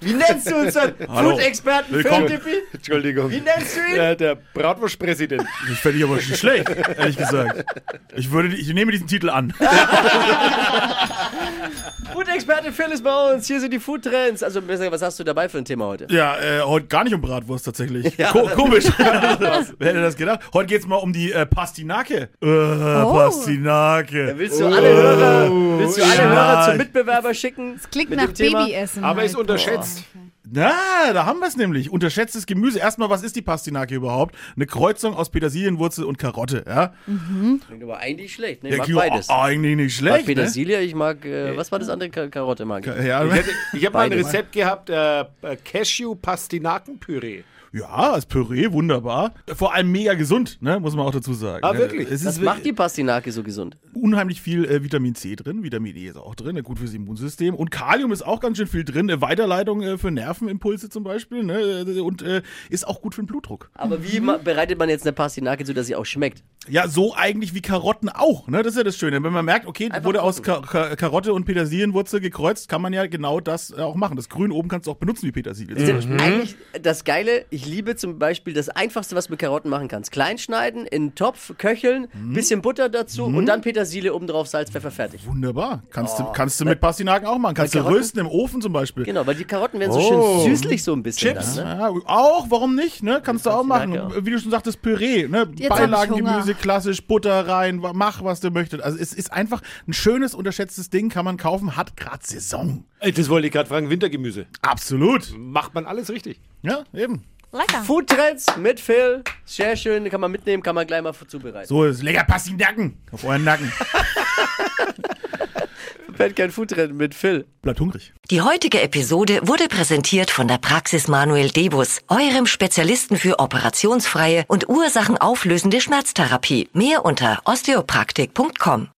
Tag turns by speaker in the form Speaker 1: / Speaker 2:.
Speaker 1: Wie nennst du unseren
Speaker 2: Hallo.
Speaker 1: Food-Experten
Speaker 2: Willkommen.
Speaker 1: Filmtipi?
Speaker 3: Entschuldigung.
Speaker 1: Wie nennst du ihn?
Speaker 3: Äh, der Bratwurstpräsident.
Speaker 2: Ich fände ich aber nicht schlecht, ehrlich gesagt. Ich, würde, ich nehme diesen Titel an.
Speaker 1: Food-Experte Phil ist bei uns. Hier sind die Food-Trends. Also, besser gesagt, was hast du dabei für ein Thema heute?
Speaker 2: Ja, äh, heute gar nicht um Bratwurst tatsächlich. Ko komisch. Wer hätte das gedacht? Heute geht's mal um die äh, Pastinake. Äh, Pastinake.
Speaker 1: Willst du alle Hörer, willst du alle
Speaker 2: oh. ja.
Speaker 1: Hörer zum Mitbewerber schicken? Es
Speaker 4: Klingt
Speaker 1: mit
Speaker 4: nach
Speaker 1: dem Thema?
Speaker 4: Babyessen.
Speaker 3: Aber
Speaker 4: halt.
Speaker 3: ist unterschätzt.
Speaker 2: Na, da haben wir es nämlich. Unterschätztes Gemüse. Erstmal, was ist die Pastinake überhaupt? Eine Kreuzung aus Petersilienwurzel und Karotte, ja?
Speaker 1: Klingt aber eigentlich schlecht. Nee,
Speaker 2: Der
Speaker 1: mag
Speaker 2: Kilo-
Speaker 1: beides.
Speaker 2: oh, eigentlich nicht
Speaker 1: mag
Speaker 2: schlecht. Ne?
Speaker 1: Petersilie, ich mag, äh, was war das andere? Ka Karotte mag ich.
Speaker 2: Ja,
Speaker 3: Ich, hätte- ich habe mal ein
Speaker 1: Beides.
Speaker 3: Rezept gehabt, äh, äh, Cashew-Pastinakenpüree.
Speaker 2: ja, als Püree wunderbar. Vor allem mega gesund, ne? muss man auch dazu sagen.
Speaker 3: Ah,
Speaker 2: ne?
Speaker 3: wirklich?
Speaker 2: Es
Speaker 1: Was
Speaker 2: ist
Speaker 1: macht die Pastinake so gesund?
Speaker 2: unheimlich viel äh, Vitamin C drin, Vitamin E ist auch drin, äh, gut fürs Immunsystem und Kalium ist auch ganz schön viel drin, äh, Weiterleitung äh, für Nervenimpulse zum Beispiel ne? äh, und äh, ist auch gut für den Blutdruck.
Speaker 1: Aber wie ma bereitet man jetzt eine Pastinake zu, dass sie auch schmeckt?
Speaker 2: Ja, so eigentlich wie Karotten auch, ne? das ist ja das Schöne. Wenn man merkt, okay,
Speaker 1: Einfach
Speaker 2: wurde aus Ka Ka Karotte und Petersilienwurzel gekreuzt, kann man ja genau das äh, auch machen. Das Grün oben kannst du auch benutzen wie Petersilie. zum
Speaker 1: Mhm.
Speaker 2: Beispiel.
Speaker 1: Eigentlich das Geile, ich liebe zum Beispiel das Einfachste, was du mit Karotten machen kannst. Kleinschneiden, in einen Topf, köcheln,
Speaker 2: Mhm.
Speaker 1: bisschen Butter dazu und dann Petersilie obendrauf, Salz, Pfeffer, fertig.
Speaker 2: Wunderbar. Kannst, du, kannst du mit Pastinaken auch machen. Kannst du
Speaker 1: Karotten?
Speaker 2: rösten im Ofen zum Beispiel.
Speaker 1: Genau, weil die Karotten werden so
Speaker 2: Oh.
Speaker 1: schön süßlich so ein bisschen.
Speaker 3: Chips.
Speaker 1: Dann, ne?
Speaker 2: Ja, auch, warum nicht? Ne? Kannst du auch machen.
Speaker 1: Pastinake
Speaker 2: Wie du schon sagtest, Püree. Ne?
Speaker 4: Jetzt hab ich
Speaker 2: Beilagen,
Speaker 4: Hunger.
Speaker 2: Gemüse, klassisch, Butter rein, wa- mach, was du möchtest. Also es ist einfach ein schönes, unterschätztes Ding, kann man kaufen, hat gerade Saison.
Speaker 3: Äh, Das wollte ich gerade fragen, Wintergemüse.
Speaker 2: Absolut.
Speaker 3: Macht man alles richtig.
Speaker 2: Ja, eben.
Speaker 4: Lecker.
Speaker 1: Food Trends mit Phil. Sehr schön, kann man mitnehmen, kann man gleich mal zubereiten.
Speaker 2: So, ist lecker Pastinaken auf euren Nacken.
Speaker 1: So. Fällt kein Food Trend mit Phil.
Speaker 2: Bleibt hungrig.
Speaker 5: Die heutige Episode wurde präsentiert von der Praxis Manuel Debus, eurem Spezialisten für operationsfreie und ursachenauflösende Schmerztherapie. Mehr unter osteopraktik.com.